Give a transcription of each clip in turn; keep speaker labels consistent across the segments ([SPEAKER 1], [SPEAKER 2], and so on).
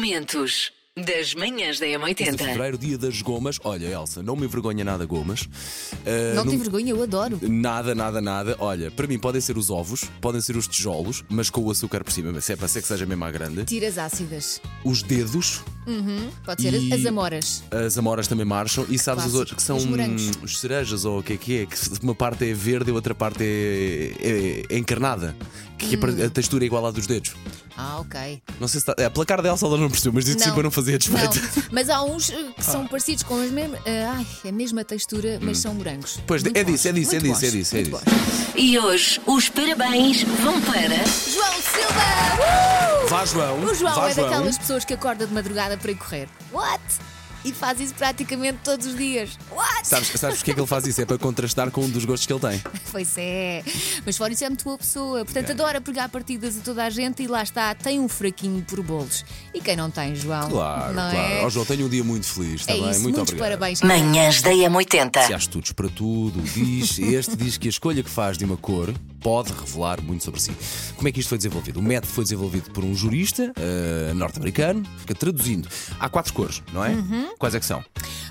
[SPEAKER 1] Momentos das manhãs da
[SPEAKER 2] de
[SPEAKER 1] M80.
[SPEAKER 2] fevereiro, dia das gomas. Olha, Elsa, não me envergonha nada gomas. Ah,
[SPEAKER 3] Não tem vergonha, eu adoro.
[SPEAKER 2] Nada, nada, nada. Olha, para mim podem ser os ovos, podem ser os tijolos, mas com o açúcar por cima, se é para ser que seja mesmo à grande.
[SPEAKER 3] Tiras ácidas.
[SPEAKER 2] Os dedos,
[SPEAKER 3] Pode ser
[SPEAKER 2] E-
[SPEAKER 3] as amoras.
[SPEAKER 2] as amoras também marcham. E sabes os
[SPEAKER 3] Clássico.
[SPEAKER 2] outros que são
[SPEAKER 3] Os morangos.
[SPEAKER 2] hum, os cerejas ou o que é que é? Que se- uma parte é verde e outra parte é, é- é encarnada. Que
[SPEAKER 3] Hum.
[SPEAKER 2] a- a textura é igual à dos dedos.
[SPEAKER 3] Ah, ok.
[SPEAKER 2] Não sei se está. É, pela cara da Elsa ela não percebeu, mas disse
[SPEAKER 3] Não.
[SPEAKER 2] sempre para não fazer a desfeita. Ah.
[SPEAKER 3] Não, mas há uns eh, que são parecidos com as mesmas, eh, ai, a mesma textura, mas são morangos.
[SPEAKER 2] Hum. Pois,
[SPEAKER 3] Muito
[SPEAKER 2] é
[SPEAKER 3] bons,
[SPEAKER 2] disso, é disso, é
[SPEAKER 3] muito
[SPEAKER 2] disso, é
[SPEAKER 3] bons,
[SPEAKER 2] disso, é
[SPEAKER 3] muito
[SPEAKER 2] disso.
[SPEAKER 3] bons.
[SPEAKER 1] E hoje os parabéns vão para.
[SPEAKER 3] João Silva! Uh!
[SPEAKER 2] Vá, João.
[SPEAKER 3] O João
[SPEAKER 2] Vá,
[SPEAKER 3] é
[SPEAKER 2] João.
[SPEAKER 3] daquelas pessoas que acorda de madrugada para ir correr. What? E faz isso praticamente todos os dias. What?
[SPEAKER 2] Sabes, sabes porque é que ele faz isso? É para contrastar com um dos gostos que ele tem.
[SPEAKER 3] Pois é. Mas fora isso é muito boa pessoa. Portanto, adora pregar partidas a toda a gente e lá está, tem um fraquinho por bolos. E quem não tem, João?
[SPEAKER 2] Claro,
[SPEAKER 3] não
[SPEAKER 2] claro.
[SPEAKER 3] É?
[SPEAKER 2] Ó, João, tenho um dia muito feliz
[SPEAKER 3] É
[SPEAKER 2] também.
[SPEAKER 3] isso,
[SPEAKER 2] muito
[SPEAKER 3] muitos
[SPEAKER 2] obrigado.
[SPEAKER 3] parabéns.
[SPEAKER 1] Manhãs da
[SPEAKER 2] Se há
[SPEAKER 1] M80.
[SPEAKER 2] estudos para tudo, diz, este diz que a escolha que faz de uma cor pode revelar muito sobre si. Como é que isto foi desenvolvido? O método foi desenvolvido por um jurista eh, norte-americano, que traduzindo. Há quatro cores, não é?
[SPEAKER 3] Uhum.
[SPEAKER 2] Quais é que são?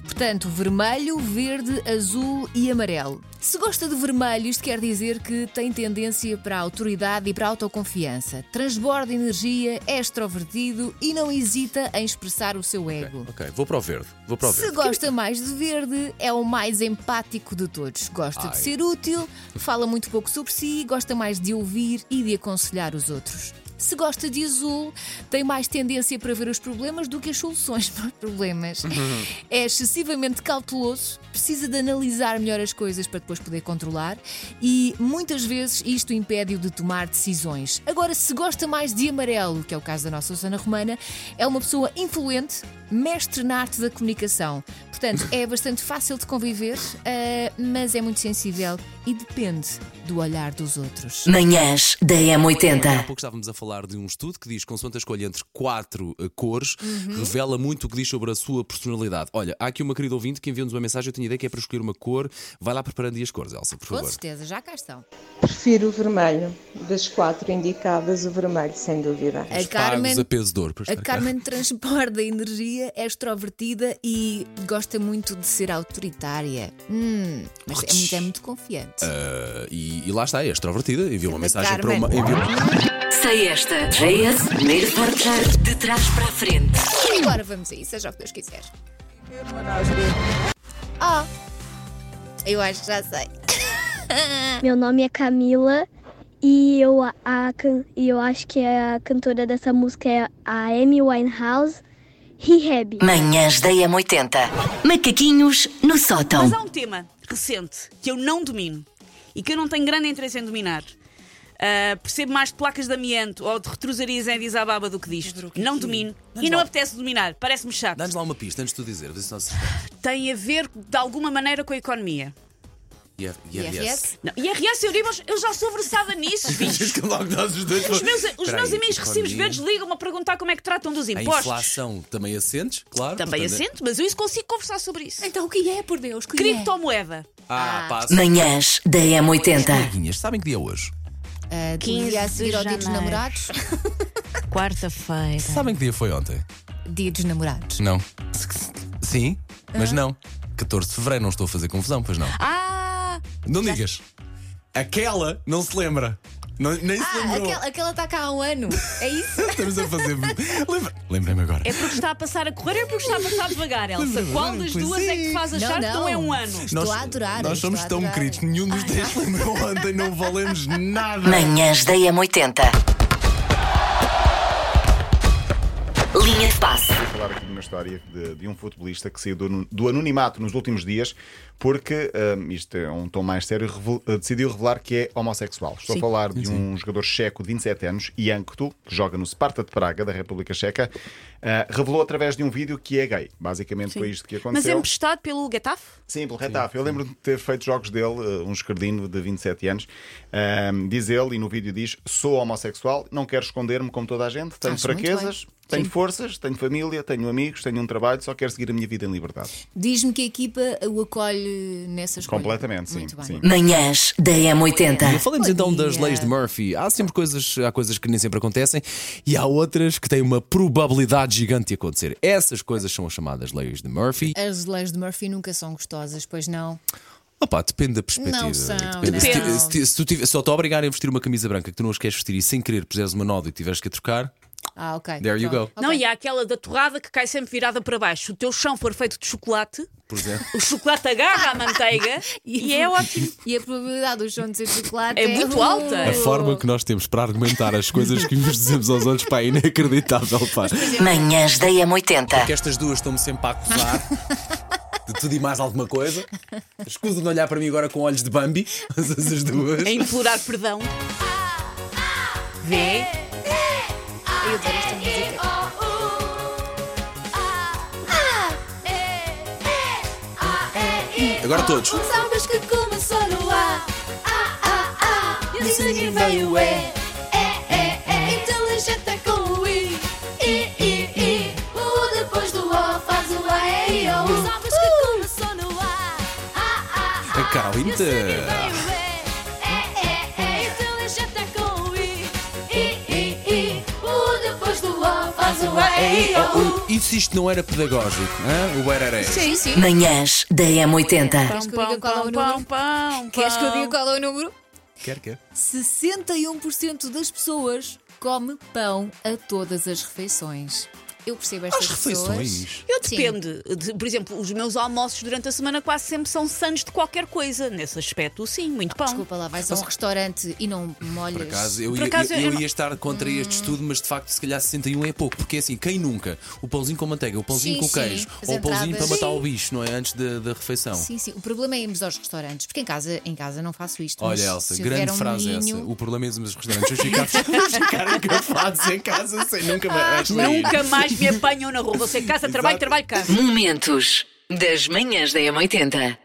[SPEAKER 3] Portanto, vermelho, verde, azul e amarelo. Se gosta de vermelho, isto quer dizer que tem tendência para a autoridade e para a autoconfiança. Transborda energia, é extrovertido e não hesita em expressar o seu ego.
[SPEAKER 2] Ok, vou para o verde. Vou para o
[SPEAKER 3] Se
[SPEAKER 2] verde.
[SPEAKER 3] gosta mais de verde, é o mais empático de todos. Gosta de
[SPEAKER 2] Ai.
[SPEAKER 3] ser útil, fala muito pouco sobre si, gosta mais de ouvir e de aconselhar os outros. Se gosta de azul, tem mais tendência para ver os problemas do que as soluções para os problemas. É excessivamente cauteloso, precisa de analisar melhor as coisas para depois poder controlar e muitas vezes isto impede-o de tomar decisões. Agora, se gosta mais de amarelo, que é o caso da nossa Susana Romana, é uma pessoa influente, mestre na arte da comunicação. Portanto, é bastante fácil de conviver, eh, mas é muito sensível e depende do olhar dos outros.
[SPEAKER 1] Manhãs da
[SPEAKER 2] Há
[SPEAKER 1] M80.
[SPEAKER 2] pouco estávamos a falar de um estudo que diz que, consoante a escolha entre quatro eh, cores,
[SPEAKER 3] Uhum.
[SPEAKER 2] revela muito o que diz sobre a sua personalidade. Olha, há aqui uma querida ouvinte que enviou-nos uma mensagem, eu tinha ideia que é para escolher uma cor. Vai lá preparando aí as cores, Elsa, por
[SPEAKER 3] Com
[SPEAKER 2] favor.
[SPEAKER 3] certeza, já cá estão.
[SPEAKER 4] Prefiro o vermelho. Das quatro indicadas, o vermelho, sem dúvida.
[SPEAKER 3] A
[SPEAKER 2] Os pagos
[SPEAKER 3] Carmen,
[SPEAKER 2] a peso de ouro. Ah, para
[SPEAKER 3] a
[SPEAKER 2] estar cá.
[SPEAKER 3] Carmen transborda energia, é extrovertida e gosta muito de ser autoritária. Hum, mas é muito, é muito confiante.
[SPEAKER 2] Ah, e, e lá está, é extrovertida. Enviou uma
[SPEAKER 3] Da
[SPEAKER 2] mensagem
[SPEAKER 3] Carmen.
[SPEAKER 2] para uma. Enviou...
[SPEAKER 1] Sei esta. JS, primeiro portar de trás para a frente.
[SPEAKER 3] Agora vamos aí, seja o que Deus quiser. Ah, eu acho que já sei.
[SPEAKER 5] Meu nome é Camila e eu, a, a can- e eu acho que é a cantora dessa música é a Amy Winehouse, Rehab.
[SPEAKER 1] Manhãs da M80. Macaquinhos no sótão.
[SPEAKER 6] Mas há um tema recente que eu não domino e que eu não tenho grande interesse em dominar. Ah, percebo mais de placas de amianto ou de retrosarias em Addis Ababa do que disto. Não domino e não apetece dominar. Parece-me chato.
[SPEAKER 2] Dá-nos lá uma pista antes de tu dizer. vê se nós-
[SPEAKER 6] Tem a ver de alguma maneira com a economia. é
[SPEAKER 2] Yeah, yeah, é, yes.
[SPEAKER 3] IRS?
[SPEAKER 6] Não. IRS, Euribors, eu já sou versada nisso. filhos.
[SPEAKER 2] Que logo nós os dois-
[SPEAKER 6] Os meus, os
[SPEAKER 2] Espera
[SPEAKER 6] meus
[SPEAKER 2] aí,
[SPEAKER 6] amigos recibos
[SPEAKER 2] economia.
[SPEAKER 6] verdes ligam-me a perguntar como é que tratam dos
[SPEAKER 2] A
[SPEAKER 6] impostos.
[SPEAKER 2] inflação também assentes, claro.
[SPEAKER 6] Também
[SPEAKER 2] portanto, é-
[SPEAKER 6] assento, mas eu isso consigo conversar sobre isso.
[SPEAKER 3] Então o que é, por Deus? Que
[SPEAKER 6] Criptomoeda.
[SPEAKER 2] Ah, pá,
[SPEAKER 1] Manhãs da M80.
[SPEAKER 2] amiguinhas, sabem que dia é hoje?
[SPEAKER 3] É? Ah, do
[SPEAKER 7] 15
[SPEAKER 3] dia a seguir ao
[SPEAKER 7] de
[SPEAKER 3] dia dos
[SPEAKER 7] janeiro.
[SPEAKER 3] namorados?
[SPEAKER 7] Quarta-feira.
[SPEAKER 2] Sabem que dia foi ontem?
[SPEAKER 3] dia dos namorados.
[SPEAKER 2] Não. Sim, mas não. 14 de fevereiro, não estou a fazer confusão, pois não.
[SPEAKER 7] Ah!
[SPEAKER 2] Não digas. Aquela não se lembra. Não- nem se
[SPEAKER 3] Ah,
[SPEAKER 2] lembrou.
[SPEAKER 3] aquela, aquela está cá há um ano. É isso?
[SPEAKER 2] Estamos a fazer. Lembra- Lembrei-me agora.
[SPEAKER 6] É porque está a passar a correr, é porque está a passar devagar, Elsa. Qual das duas é que te faz achar que não é um ano?
[SPEAKER 3] Estou a adorar.
[SPEAKER 2] Nós
[SPEAKER 3] estou
[SPEAKER 2] somos
[SPEAKER 3] a
[SPEAKER 2] tão
[SPEAKER 3] adorar.
[SPEAKER 2] queridos, nenhum dos três lembrou ontem, não valemos nada.
[SPEAKER 1] Manhãs da M80. Linha de passe.
[SPEAKER 8] falar aqui de uma história de, de um futebolista que saiu do, anu- do anonimato nos últimos dias porque, hum, isto é um tom mais sério, revel- eh, decidiu revelar que é homossexual. Estou a falar de um jogador checo de 27 anos, Jankto, que joga no Sparta de Praga, da República Checa, ah, revelou através de um vídeo que é gay. Basicamente foi isto que
[SPEAKER 6] Mas
[SPEAKER 8] aconteceu.
[SPEAKER 6] emprestado pelo Getafe?
[SPEAKER 8] Sim, pelo Retafe. Eu lembro-me de ter feito jogos dele, eh, um esquerdino de 27 anos. Ahm, diz ele, e no vídeo diz: sou homossexual, não quero esconder-me como toda a gente, tenho
[SPEAKER 3] Acho muito
[SPEAKER 8] fraquezas, Tenho forças, tenho família, tenho amigos, tenho um trabalho, só quero seguir a minha vida em liberdade.
[SPEAKER 3] Diz-me que a equipa o acolhe nessa escolha.
[SPEAKER 8] Completamente, sim,
[SPEAKER 3] Muito bem.
[SPEAKER 8] sim.
[SPEAKER 1] Manhãs da
[SPEAKER 2] E
[SPEAKER 1] M80.
[SPEAKER 2] Falemos
[SPEAKER 3] Bom
[SPEAKER 2] então das
[SPEAKER 3] dia.
[SPEAKER 2] leis de Murphy. Há sempre coisas, há coisas que nem sempre acontecem e há outras que têm uma probabilidade gigante de acontecer. Essas coisas são as chamadas leis de Murphy.
[SPEAKER 3] As leis de Murphy nunca são gostosas, pois não?
[SPEAKER 2] Opa, depende da perspectiva.
[SPEAKER 3] Não são,
[SPEAKER 2] Depende. Se,
[SPEAKER 6] não.
[SPEAKER 2] ti- se ti- se tu tiver- se eu te obrigar a vestir uma camisa branca que tu não as queres vestir e sem querer puseres uma nódoa e tiveres que a trocar,
[SPEAKER 3] Ah, ok.
[SPEAKER 2] There you
[SPEAKER 3] pronto.
[SPEAKER 2] go.
[SPEAKER 6] Não, e há aquela da torrada que cai sempre virada para baixo. Se o teu chão for feito de chocolate,
[SPEAKER 2] por exemplo.
[SPEAKER 6] o chocolate agarra a manteiga e é ótimo.
[SPEAKER 3] E a probabilidade do chão de ser chocolate
[SPEAKER 6] É
[SPEAKER 3] é
[SPEAKER 6] muito alta.
[SPEAKER 2] A forma que nós temos para argumentar as coisas que nos dizemos aos olhos, pá, é inacreditável, pá.
[SPEAKER 1] Manhãs da M80.
[SPEAKER 2] Que estas duas estão-me sempre a acusar de tudo e mais alguma coisa. Escusa de olhar para mim agora com olhos de Bambi, essas duas.
[SPEAKER 6] A É implorar perdão.
[SPEAKER 3] Ah,
[SPEAKER 6] Vê.
[SPEAKER 3] é. Eu adoro esta música.
[SPEAKER 2] Agora todos.
[SPEAKER 9] Sabes que começou no A, A, A, A, e a seguir veio o E, E, E, E, inteligente é com o I, I, I, I, o U depois do O faz o A, E, I, O, U. Sabes que começou no A, A, A, A,
[SPEAKER 2] A então. Carolina.
[SPEAKER 9] e a seguir veio o E, E, E, E, inteligente é com o I, I, I, I, o U depois do O faz o A, E, I, O, U.
[SPEAKER 2] Oh, E se isto não era pedagógico? hã? O Beraré.
[SPEAKER 3] Sim, sim.
[SPEAKER 1] Manhãs da M80.
[SPEAKER 3] Queres que eu diga qual é o número?
[SPEAKER 6] pão,
[SPEAKER 3] Queres que eu diga qual é o número?
[SPEAKER 2] Quer, quer.
[SPEAKER 3] 61% das pessoas come pão a todas as refeições. Eu percebo estas
[SPEAKER 2] As refeições.
[SPEAKER 3] pessoas.
[SPEAKER 6] Eu
[SPEAKER 3] Sim.
[SPEAKER 6] depende. De- por exemplo, os meus almoços durante a semana quase sempre são sanos de qualquer coisa. Nesse aspecto, sim, muito pão.
[SPEAKER 3] Desculpa lá, vais a um restaurante e não molhas.
[SPEAKER 2] Por acaso, eu,
[SPEAKER 6] Por
[SPEAKER 2] ia,
[SPEAKER 6] acaso,
[SPEAKER 2] eu-
[SPEAKER 6] eu
[SPEAKER 2] eu
[SPEAKER 6] não-
[SPEAKER 2] ia estar contra este
[SPEAKER 3] Hum.
[SPEAKER 2] estudo, mas de facto, se calhar 61 é pouco, porque é assim, quem nunca? O pãozinho com manteiga, o pãozinho
[SPEAKER 3] Sim,
[SPEAKER 2] com
[SPEAKER 3] sim,
[SPEAKER 2] queijo,
[SPEAKER 3] as
[SPEAKER 2] ou o pãozinho para
[SPEAKER 3] entradas.
[SPEAKER 2] matar
[SPEAKER 3] Sim.
[SPEAKER 2] o bicho, não é? Antes da, da refeição.
[SPEAKER 3] Sim, sim. O problema é irmos aos restaurantes, porque em casa, em casa não faço isto.
[SPEAKER 2] Olha,
[SPEAKER 3] mas
[SPEAKER 2] Elsa,
[SPEAKER 3] se
[SPEAKER 2] grande
[SPEAKER 3] houver um
[SPEAKER 2] frase
[SPEAKER 3] moinho-
[SPEAKER 2] essa. O problema é os meus restaurantes. Os ficar, vamos ficar encafados em casa sem nunca
[SPEAKER 3] Ah,
[SPEAKER 2] mais. sair.
[SPEAKER 6] Nunca mais me apanham na rua. Você casa, trabalho,
[SPEAKER 2] Exato.
[SPEAKER 6] trabalho, casa.
[SPEAKER 1] Momentos das manhãs da M80.